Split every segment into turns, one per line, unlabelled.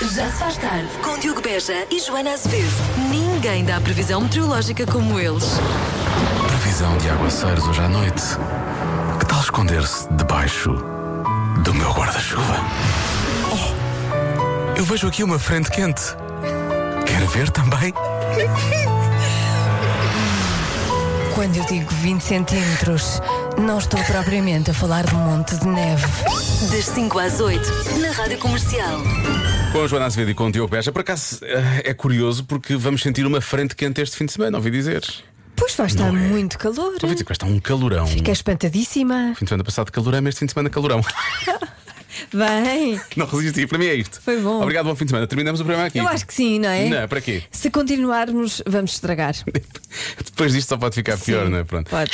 Já se faz tarde com Diogo Beja e Joana Azevedo. Ninguém dá previsão meteorológica como eles.
Previsão de aguaceiros hoje à noite. Que tal esconder-se debaixo do meu guarda-chuva? Oh, eu vejo aqui uma frente quente. Quer ver também?
Quando eu digo 20 centímetros, não estou propriamente a falar de um monte de neve.
Das 5 às 8, na Rádio Comercial.
Com a Joana Azevedo e com o Diogo Beja, por acaso eh, é curioso porque vamos sentir uma frente quente este fim de semana, ouvi dizer.
Pois vai estar
Não é.
muito calor.
Ouvi dizer que vai estar um calorão.
Fiquei espantadíssima.
Fim de semana passado calorama, este fim de semana calorão.
Bem,
Não resisti, para mim é isto.
Foi bom.
Obrigado, bom fim de semana. Terminamos o programa aqui.
eu acho que sim, não é?
Não, para quê?
Se continuarmos, vamos estragar.
Depois disto só pode ficar pior,
Sim,
não é? Pronto.
Pode.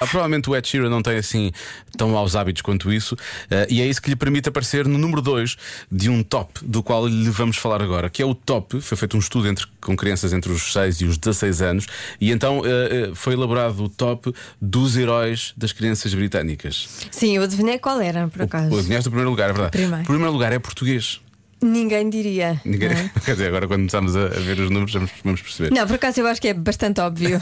Ah, provavelmente o Ed Sheeran não tem assim tão aos hábitos quanto isso, eh, e é isso que lhe permite aparecer no número 2 de um top do qual lhe vamos falar agora, que é o top. Foi feito um estudo entre- com crianças entre os 6 e os 16 anos, e então eh, eh, foi elaborado o top dos heróis das crianças britânicas.
Sim, eu adivinhei qual era, por acaso.
O adivinhaste o primeiro lugar, é verdade?
Primeiro.
O primeiro lugar é português.
Ninguém diria.
Ninguém-
Não, é?
Quer dizer, agora quando começamos a, a ver os números, vamos, vamos perceber.
Não, por acaso eu acho que é bastante óbvio.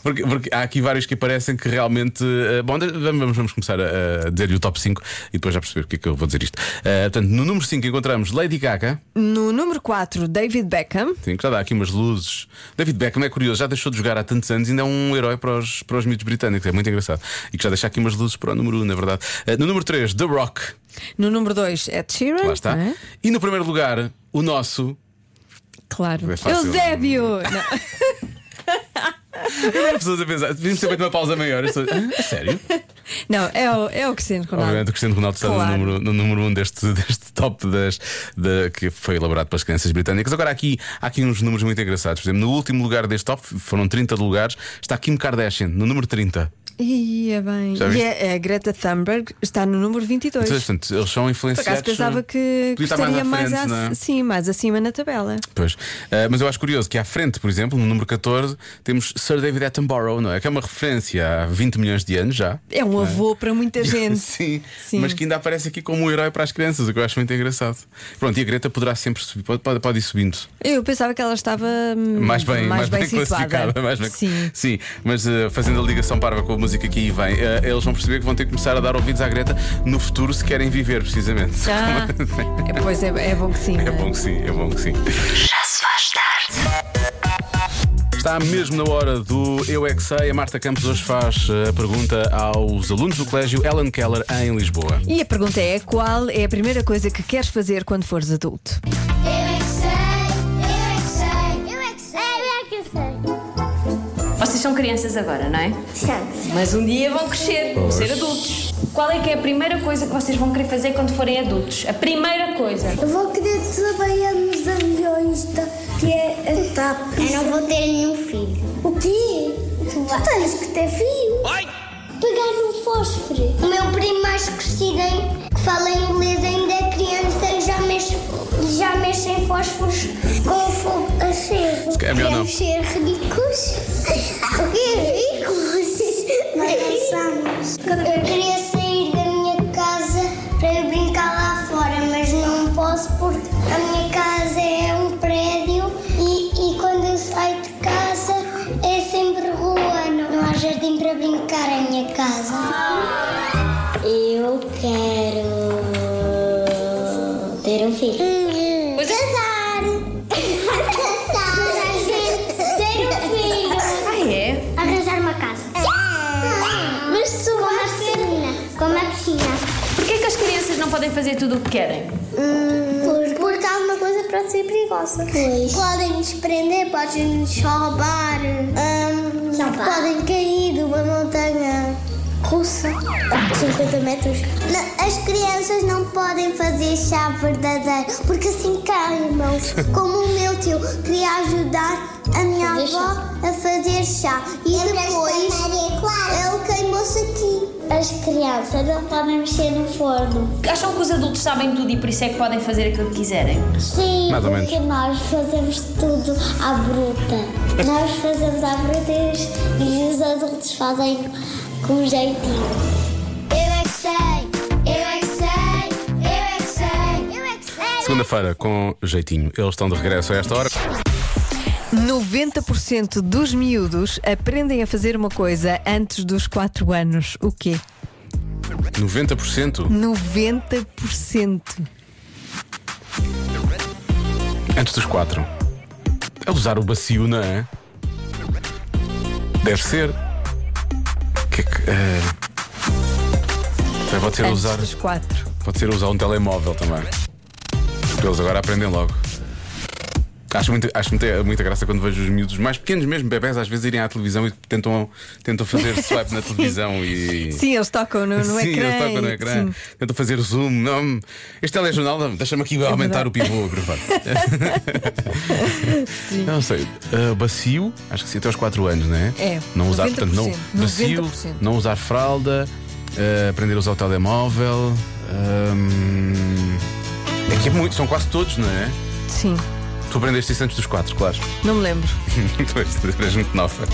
Porque, porque há aqui vários que aparecem que realmente. eh, bom, de- vamos, vamos começar a, a dizer-lhe o top 5 e depois já perceber porque é que eu vou dizer isto. Eh, portanto, no número 5 encontramos Lady Gaga,
No número 4, David Beckham.
sim, que já dá aqui umas luzes. David Beckham é curioso, já deixou de jogar há tantos anos, ainda é um herói para os, para os miúdos britânicos, é muito engraçado. E que já deixa aqui umas luzes para o número 1, um, na verdade. Eh, no número 3, The Rock,
No número 2, Ed Sheeran.
lá está.
não é?
E no primeiro lugar, o nosso.
Claro.
É fácil.
Eusébio! Não.
As pessoas a pensar, devíamos ter feito uma pausa maior. as pessoas, "Ah, a sério?
Não, é o, é o Cristiano Ronaldo.
Obviamente o Cristiano Ronaldo está
Claro.
no número 1 no número um deste, deste top das, da- que foi elaborado pelas crianças britânicas. Agora há aqui, há aqui uns números muito engraçados. Por exemplo, no último lugar deste top, foram 30 lugares, está Kim Kardashian, no número 30.
Ih, é bem.
Já
E
viste?
a, a Greta Thunberg está no número 22.
Então, Portanto, eles são
Por
influenciados.
acaso pensava que
Podia estar
estaria mais,
mais à frente,
ac-
não é?
sim, mais acima na tabela.
Pois. Ah, mas eu acho curioso que à frente, por exemplo, no número 14, temos Sir David Attenborough, não é? Que é uma referência há 20 milhões de anos já.
É um avô para muita gente.
Sim,
Sim.
mas que ainda aparece aqui como um herói para as crianças, o que eu acho muito engraçado. Pronto, e a Greta poderá sempre subir, pode, pode, pode ir subindo.
Eu pensava que ela estava hum,
Mais bem, mais bem,
situada.
classificada. Mais bem.
Sim.
Sim, mas eh, fazendo a ligação parva com a música que aí vem, eh, eles vão perceber que vão ter que começar a dar ouvidos à Greta no futuro se querem viver, precisamente.
Ah, é, pois é, é bom que sim.
É bom que sim, é bom que sim.
Já se faz tarde.
Está mesmo na hora do Eu é que sei. A Marta Campos hoje faz eh, a pergunta aos alunos do colégio Ellen Keller em Lisboa.
E a pergunta é: qual é a primeira coisa que queres fazer quando fores adulto?
Eu é que sei, eu é que sei, eu é que sei, eu é que sei.
Vocês são crianças agora, não é?
Santos.
Mas um dia vão crescer, vão ser adultos. Qual é que é a primeira coisa que vocês vão querer fazer quando forem adultos? A primeira coisa.
Eu vou querer trabalhar nos aviões da, que é a TAP. Eu não vou ter nenhum filho. O quê? Tu tens que ter filho. Oi! Pegar um fósforo. O meu primo mais crescido em- que fala inglês ainda é criança e já mexe, já mexe em fósforos com fogo aceso.
calhar melhor não.
Queremos ser ricos? O quê? Ricos? Nós pensamos. Eu queria sair da minha casa para eu brincar lá fora, mas não posso porque a minha casa é um prédio e, e quando eu saio de casa é sempre rua. Não, não há jardim para brincar em minha casa. Eu quero ter um filho. é. Casar! Casar! Ter um filho!
Ah, é?
Arranjar uma casa. Mas tu como a piscina. Como a piscina.
Porquê que as crianças não podem fazer tudo o que querem?
Porque, porque há alguma coisa para ser perigosa. Podem nos prender, podem nos roubar. hum, podem cair de uma montanha russa. 50 metros. as crianças não podem fazer chá verdadeiro, porque assim caem, irmãos. Como o meu tio queria ajudar a minha avó a fazer chá. E depois ele queimou-se aqui. As crianças não podem mexer no forno.
Acham que os adultos sabem tudo e por isso é que podem fazer aquilo que quiserem?
Sim,
Mais ou
porque nós fazemos tudo à bruta. Nós fazemos à bruta e os, e os adultos fazem com jeitinho. Eu é que sei, eu é que sei, eu é que sei, eu é que sei.
segunda-feira com jeitinho. Eles estão de regresso a esta hora.
90% dos miúdos aprendem a fazer uma coisa antes dos 4 anos. O quê?
90%
90%.
antes dos 4. É usar o bacio, não é? Deve ser. Que é que. eh, também Pode ser
antes
usar.
dos 4.
Pode ser usar um telemóvel também. Porque eles agora aprendem logo. Acho, muito, acho muita, muita graça quando vejo os miúdos mais pequenos, mesmo bebés, às vezes irem à televisão e tentam, tentam fazer swipe na televisão e.
Sim, eles tocam no, no
Sim,
ecrã.
eles tocam no
e-
ecrã. é
sim.
Tentam fazer zoom. Não, este telejornal, não, deixa-me aqui aumentar o pivô a gravar. Não sei. ah, bacio, acho que sim, até aos 4 anos, não é?
É,
Não usar, portanto, não.
90%,
Bacio,
90%.
não usar fralda, ah, aprender a usar o telemóvel. hum, é que é muito, são quase todos, não é?
Sim,
Tu aprendeste isso antes dos 4, claro.
não me lembro.
tu eras muito nova.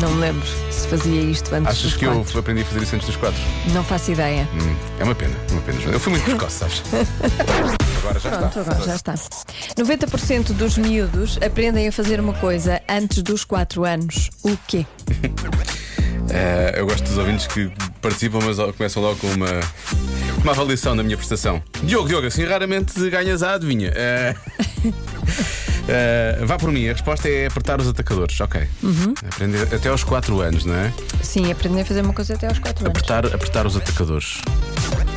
Não me lembro se fazia isto antes
Achas
dos
que eu
quatro.
aprendi a fazer isso antes dos 4?
Não faço ideia.
Hum, é uma pena, é uma pena. Eu fui muito precoce, sabes? Agora já
Pronto,
está.
agora já está. 90% dos miúdos aprendem a fazer uma coisa antes dos 4 anos. O quê?
Eh, eu gosto dos ouvintes que participam, mas ó, começam logo com uma, uma avaliação da minha prestação. Diogo, Diogo, assim raramente ganhas a adivinha. Eh, eh, vá por mim, a resposta é apertar os atacadores, ok. Aprender até aos 4 anos, não é?
Sim, aprendem a fazer uma coisa até aos 4 anos.
Apertar, apertar os atacadores.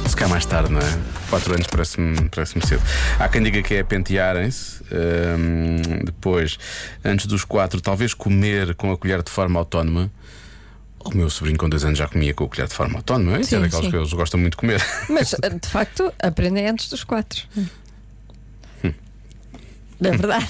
Se calhar mais tarde, não é? 4 anos parece-me parece cedo. Há quem diga que é pentearem-se. hum, depois, antes dos 4, talvez comer com a colher de forma autónoma. O meu sobrinho com 2 anos já comia com a colher de forma autónoma. Isso é
Sim,
daquelas
sim.
que eles gostam muito de comer.
Mas, de facto, aprendem antes dos 4.
Hum.
É verdade.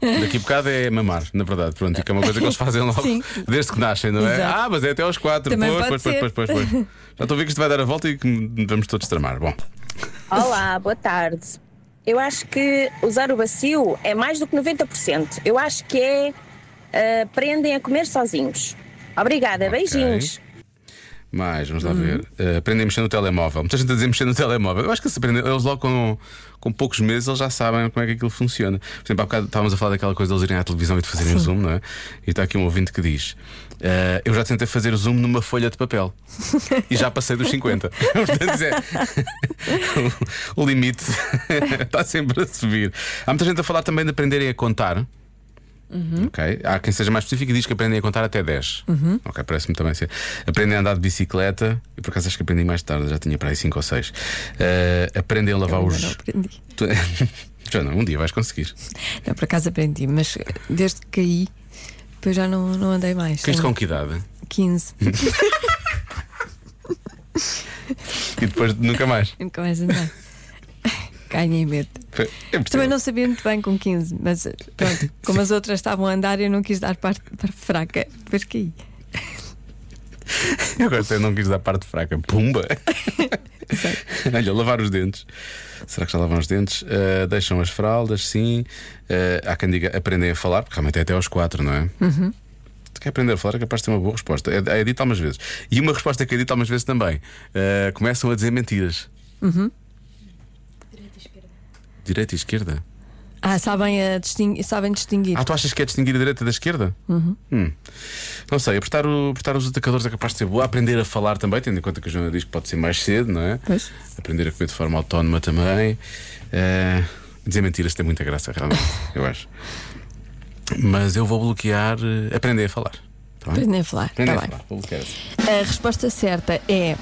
Hum. Daqui a bocado é mamar, na verdade. Pronto, e que é uma coisa que eles fazem logo
Sim.
desde que nascem, não é?
Exato.
Ah, mas é até aos 4.
Também
pois,
pode
pois,
ser.
pois, pois, pois, pois. Já estou a ver que isto vai dar a volta e que vamos todos tramar. Bom.
Olá, boa tarde. Eu acho que usar o bacio é mais do que 90%. Eu acho que é eh, aprendem a comer sozinhos. Obrigada, beijinhos.
Mais, vamos lá ver. Eh, aprendem a mexer no telemóvel. Muita gente a dizer mexer no telemóvel. Eu acho que se aprendem, eles logo com, com poucos meses eles já sabem como é que aquilo funciona. Por exemplo, há bocado estávamos a falar daquela coisa de eles irem à televisão e de fazerem zoom, não é? E está aqui um ouvinte que diz: eh, Eu já tentei fazer zoom numa folha de papel e já passei dos 50. Portanto, é, o, o limite está sempre a subir. Há muita gente a falar também de aprenderem a contar.
Uhum.
Ok. Há quem seja mais específico e diz que aprendem a contar até 10. Ok, parece-me também ser. Aprendem a andar de bicicleta. Eu por acaso acho que aprendi mais tarde, já tinha para aí 5 ou 6. aprendem a lavar
Ainda não
os.
aprendi.
Tu... Joana, um dia vais conseguir.
Não, por acaso aprendi, mas desde que caí, depois já não, não andei mais.
Queres
Tenho
com que idade?
15.
E depois nunca mais.
Nunca mais andei. Ganhei medo.
Eu
Também
percebo.
não sabia muito bem com 15, mas pronto, como as outras estavam a andar, eu não quis dar parte, parte fraca. Depois caí.
Eu gosto, eu não quis dar parte fraca. Pumba! Olha, lavar os dentes. Será que já lavam os dentes? Ah, deixam as fraldas, sim. Ah, há quem diga aprendem a falar, porque realmente é até aos quatro, não é? Se quer aprender a falar, é capaz de ter uma boa resposta. É, é dito algumas vezes. E uma resposta que é dita algumas vezes também. Ah, começam a dizer mentiras. Direita e esquerda.
Ah, sabem, a disting- sabem distinguir.
Ah, tu achas que é distinguir a direita da esquerda?
Uhum.
Hum. Não sei, apertar, o, apertar os atacadores é capaz de ser boa. Aprender a falar também, tendo em conta que a Joana diz que pode ser mais cedo, não é?
Pois.
Aprender a comer de forma autónoma também. Eh, dizer mentiras tem muita graça, realmente, eu acho. Mas eu vou bloquear. eh, aprender a falar. Tá bem?
Aprendem a falar.
Aprender
tá
a
bem.
falar, vou bloquear essa.
A resposta certa é.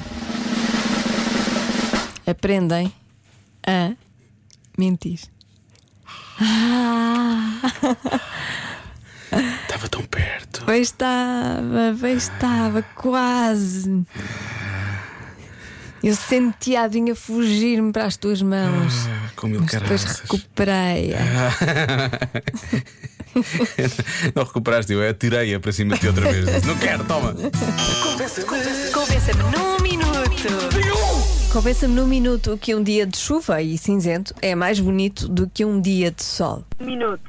Aprendem a mentir. Ah,
Estava tão perto.
bem estava, bem estava, quase. Eu senti a vinha fugir-me para as tuas mãos.
Ah, com mil
Mas depois
caraças.
recuperei.
Não recuperaste, eu é, atirei-a para cima de ti outra vez. Não quero, toma!
Convença-me num minuto.
Convença-me num minuto que um dia de chuva e cinzento é mais bonito do que um dia de sol.
minuto,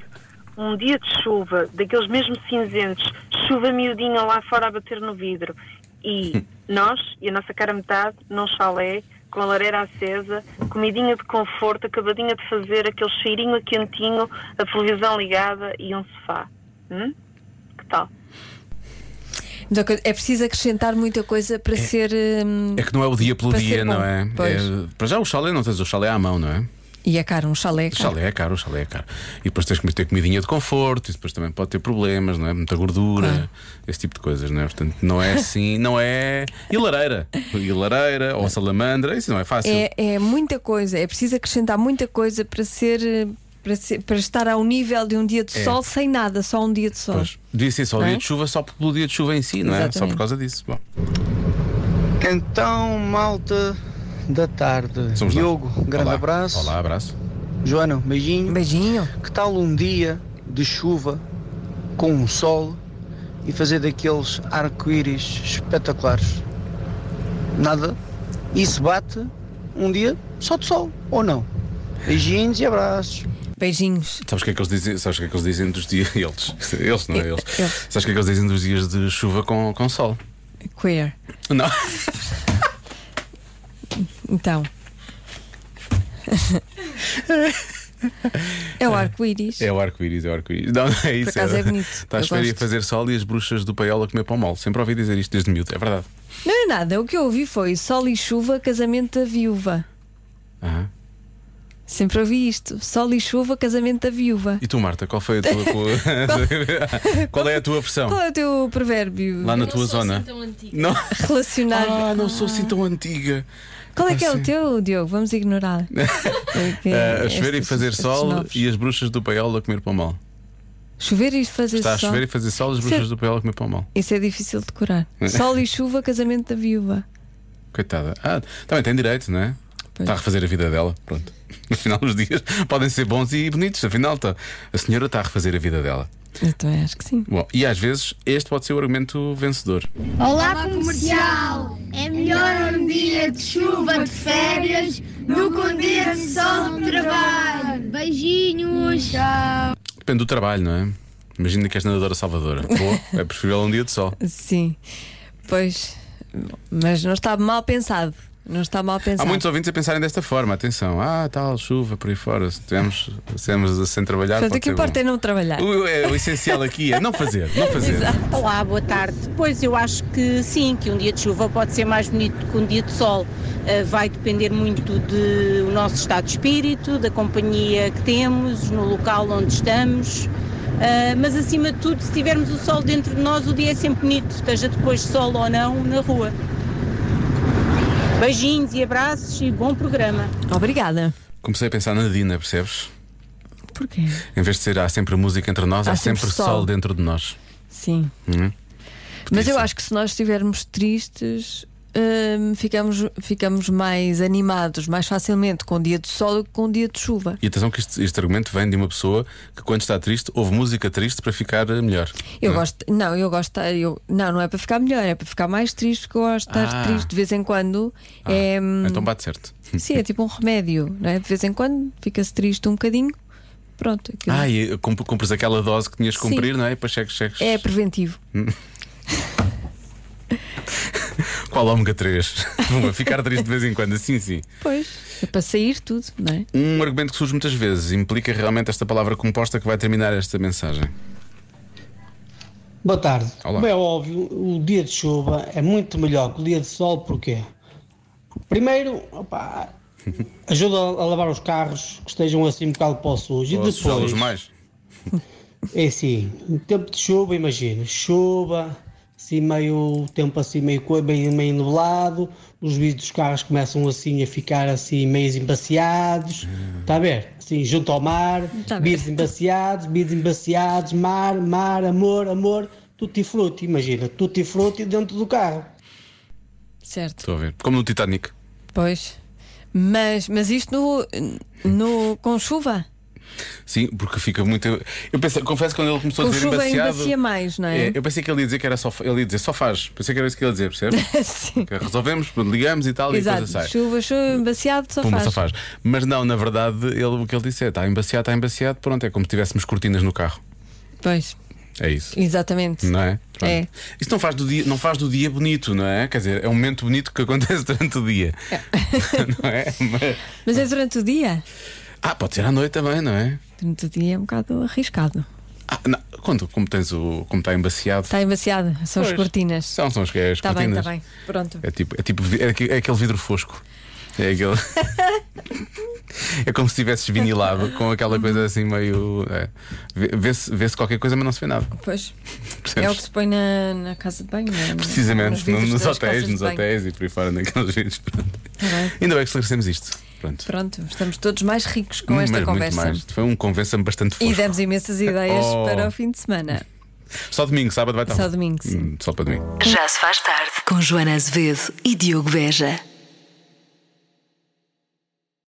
um dia de chuva, daqueles mesmos cinzentos, chuva miudinha lá fora a bater no vidro, e nós e a nossa cara metade, num chalé, com a lareira acesa, comidinha de conforto, acabadinha de fazer, aquele cheirinho a quentinho, a televisão ligada e um sofá. Hum? Que tal?
Muita coisa- É preciso acrescentar muita coisa para ser. hum,
É que não é o dia pelo
Para
dia,
ser
não
bom,
é?
pois.
É- Para já o chalé não tens o chalé à mão, não é?
E é caro, um chalé. é
O
caro.
chalé é caro, o chalé é caro. E depois tens que ter comidinha de conforto, e depois também pode ter problemas, não é? Muita gordura,
Claro.
esse tipo de coisas, não é? Portanto, não é assim, não é. E lareira. E lareira, ou salamandra, isso não é fácil.
É, é muita coisa, é preciso acrescentar muita coisa para ser. eh, Para, ser- para estar ao nível de um dia de
É.
sol sem nada, só um dia de sol.
Pois, devia ser só o
Não é?
dia de chuva, só pelo dia de chuva em si, não é? Só por
Exatamente.
causa disso. Bom,
Então, malta da tarde.
somos nós.
Diogo, grande
Olá.
abraço.
Olá, abraço.
Joana, um beijinho.
Beijinho.
Que tal um dia de chuva com um sol e fazer daqueles arco-íris espetaculares? Nada. Isso bate um dia só de sol, ou não? Beijinhos e abraços.
Beijinhos.
Sabes o que é que eles dizem? Sabes o que é que eles dizem dos dias? Eles, eles não é eles.
Eles.
Sabes o que é que eles dizem dos dias de chuva com, com sol?
Queer.
Não.
Então. é o arco-íris.
É o arco-íris, é o arco-íris. Não, não é isso.
acaso é bonito.
Estás
Eu
feia a
gosto.
fazer sol e as bruxas do paiol a comer pão mole. Sempre ouvi dizer isto desde miúdo, é verdade.
Não é nada, o que eu ouvi foi sol e chuva, casamento da viúva.
Aham.
Sempre ouvi isto: sol e chuva, casamento da viúva.
E tu, Marta, qual foi a tua. qual... é a tua versão?
Qual é o teu provérbio
Lá na tua zona? não.
relacionado?
Ah, não sou assim tão antiga.
Qual é que é
Assim.
o teu, Diogo? Vamos ignorar. Porque
Ah, a chover e
É, estes-
fazer
estes
sol
novos.
e as bruxas do paiol a comer pão mole.
Chover e fazer
Está a
sol.
chover e fazer sol e as
Sim.
bruxas do paiol a comer pão mole.
Isso é difícil de decorar. Sol e chuva, casamento da viúva.
Coitada. Ah, também tem direito, não é?
Pois.
Está a refazer a vida dela. Pronto. No final dos dias podem ser bons e bonitos. Afinal, está- a senhora está a refazer a vida dela.
Eu também acho que sim.
Bom, e às vezes este pode ser o argumento vencedor.
Olá, comercial! É melhor um dia de chuva de férias do que um dia de sol de trabalho. Beijinhos! Tchau!
Depende do trabalho, não é? Imagina que és nadadora salvadora. Boa, é preferível um dia de sol.
Sim. Pois. Mas não está mal pensado. Não está mal
Há
pensado.
muitos ouvintes a pensarem desta forma, atenção. Ah, tal, chuva por aí fora. Se estivermos se estivermos sem trabalhar.
Portanto,
pode
o que
ser bom.
importa é não trabalhar.
O, é, o essencial aqui é não fazer, não fazer.
Olá, boa tarde. Pois eu acho que sim, que um dia de chuva pode ser mais bonito que um dia de sol. Ah, vai depender muito do nosso estado de espírito, da companhia que temos, no local onde estamos. Ah, mas acima de tudo, se tivermos o sol dentro de nós, o dia é sempre bonito, esteja depois sol ou não na rua. Beijinhos e abraços e bom programa.
Obrigada.
Comecei a pensar na Dina, percebes?
Porquê?
Em vez de ser há sempre música entre nós, há,
Há
sempre,
sempre
sol.
sol.
dentro de nós.
Sim.
Hum?
Mas eu
ser.
acho que se nós estivermos tristes. hum, ficamos, ficamos mais animados mais facilmente com o dia de sol do que com o dia de chuva.
E atenção que este, este argumento vem de uma pessoa que quando está triste ouve música triste para ficar eh, melhor.
Eu
Não é?
gosto, não, eu gosto, eu, não, não é para ficar melhor, é para ficar mais triste, porque eu gosto de estar
Ah.
triste de vez em quando.
Ah,
é, hum,
Então bate certo.
Sim, é tipo um remédio, não é? De vez em quando fica-se triste um bocadinho, pronto. aquilo
Ah, e eh, cumpr- cumpres aquela dose que tinhas que
Sim.
cumprir, não é? E depois cheques, cheques.
É preventivo.
Qual ômega 3? Vou ficar triste de vez em quando, assim sim.
Pois, é para sair tudo, não é?
Um argumento que surge muitas vezes implica realmente esta palavra composta que vai terminar esta mensagem.
Boa tarde.
Olá.
Como é óbvio, o dia de chuva é muito melhor que o dia de sol, porquê? Primeiro, opa, ajuda a lavar os carros que estejam assim um bocado para o sujo. E
Ou sujá-los
depois,
mais.
é assim, no tempo de chuva, imagina, chuva, assim meio, o tempo assim meio, co- meio, meio nublado, os vidros dos carros começam assim a ficar assim meio embaciados, está a ver? Assim, junto ao mar,
Tá a ver.
vidros embaciados, vidros embaciados, mar, mar, amor, amor, tutti frutti, imagina, tutti frutti dentro do carro.
Certo.
Estou a ver. Como no Titanic.
Pois. Mas, mas isto no, no, com chuva?
Sim, porque fica muito. Eu pensei, confesso que quando ele começou a
Com
dizer
chuva
embaciado.
embacia mais, não é?
É, eu pensei que ele ia dizer que era só. Ele ia dizer só faz. Pensei que era isso que ele ia dizer, percebes?
Sim.
Que Resolvemos, ligamos e tal, e a
Exato.
coisa é sai.
Chuva, chuva, embaciado, só
Pumba,
faz.
só faz. Mas não, na verdade, ele, o que ele disse é: está embaciado, está embaciado, pronto, é como se tivéssemos cortinas no carro.
Pois.
É isso.
Exatamente.
Não é? Pronto.
É.
Isso não faz, do dia, não faz do dia bonito, não é? Quer dizer, é um momento bonito que acontece durante o dia. não é? Mas-
Mas é durante o dia?
ah, pode ser à noite também, não é?
Durante o dia é um bocado arriscado.
Ah, não, quando, como, tens o, como está embaciado.
Está embaciada, são as
Pois.
cortinas.
São, são as, as
Está Tá. bem,
cortinas.
está bem. Pronto.
É tipo, é tipo vi- é aque- é aquele vidro fosco. É aquele. é como se estivesses vinilado com aquela coisa assim meio. é. Vê- Vê-se vê qualquer coisa, mas não se vê nada.
Pois.
Percebes?
É o que se põe na, na casa de banho. né? Nos
Precisamente, no-
vidros
nos,
das
hotéis,
casas de
nos
banho. Tá
hotéis e por aí fora, naqueles vídeos. Pronto.
bem.
Ainda bem que esclarecemos isto. Pronto.
Pronto, estamos todos mais ricos com
Mas
esta
muito
conversa.
mais. Foi um conversa bastante
E
fofo.
demos imensas ideias
Oh.
para o fim de semana.
Só domingo, sábado vai estar.
Só
bom.
domingo, sim.
Hum, Só para domingo.
Já se faz tarde com Joana Azevedo e Diogo Beja.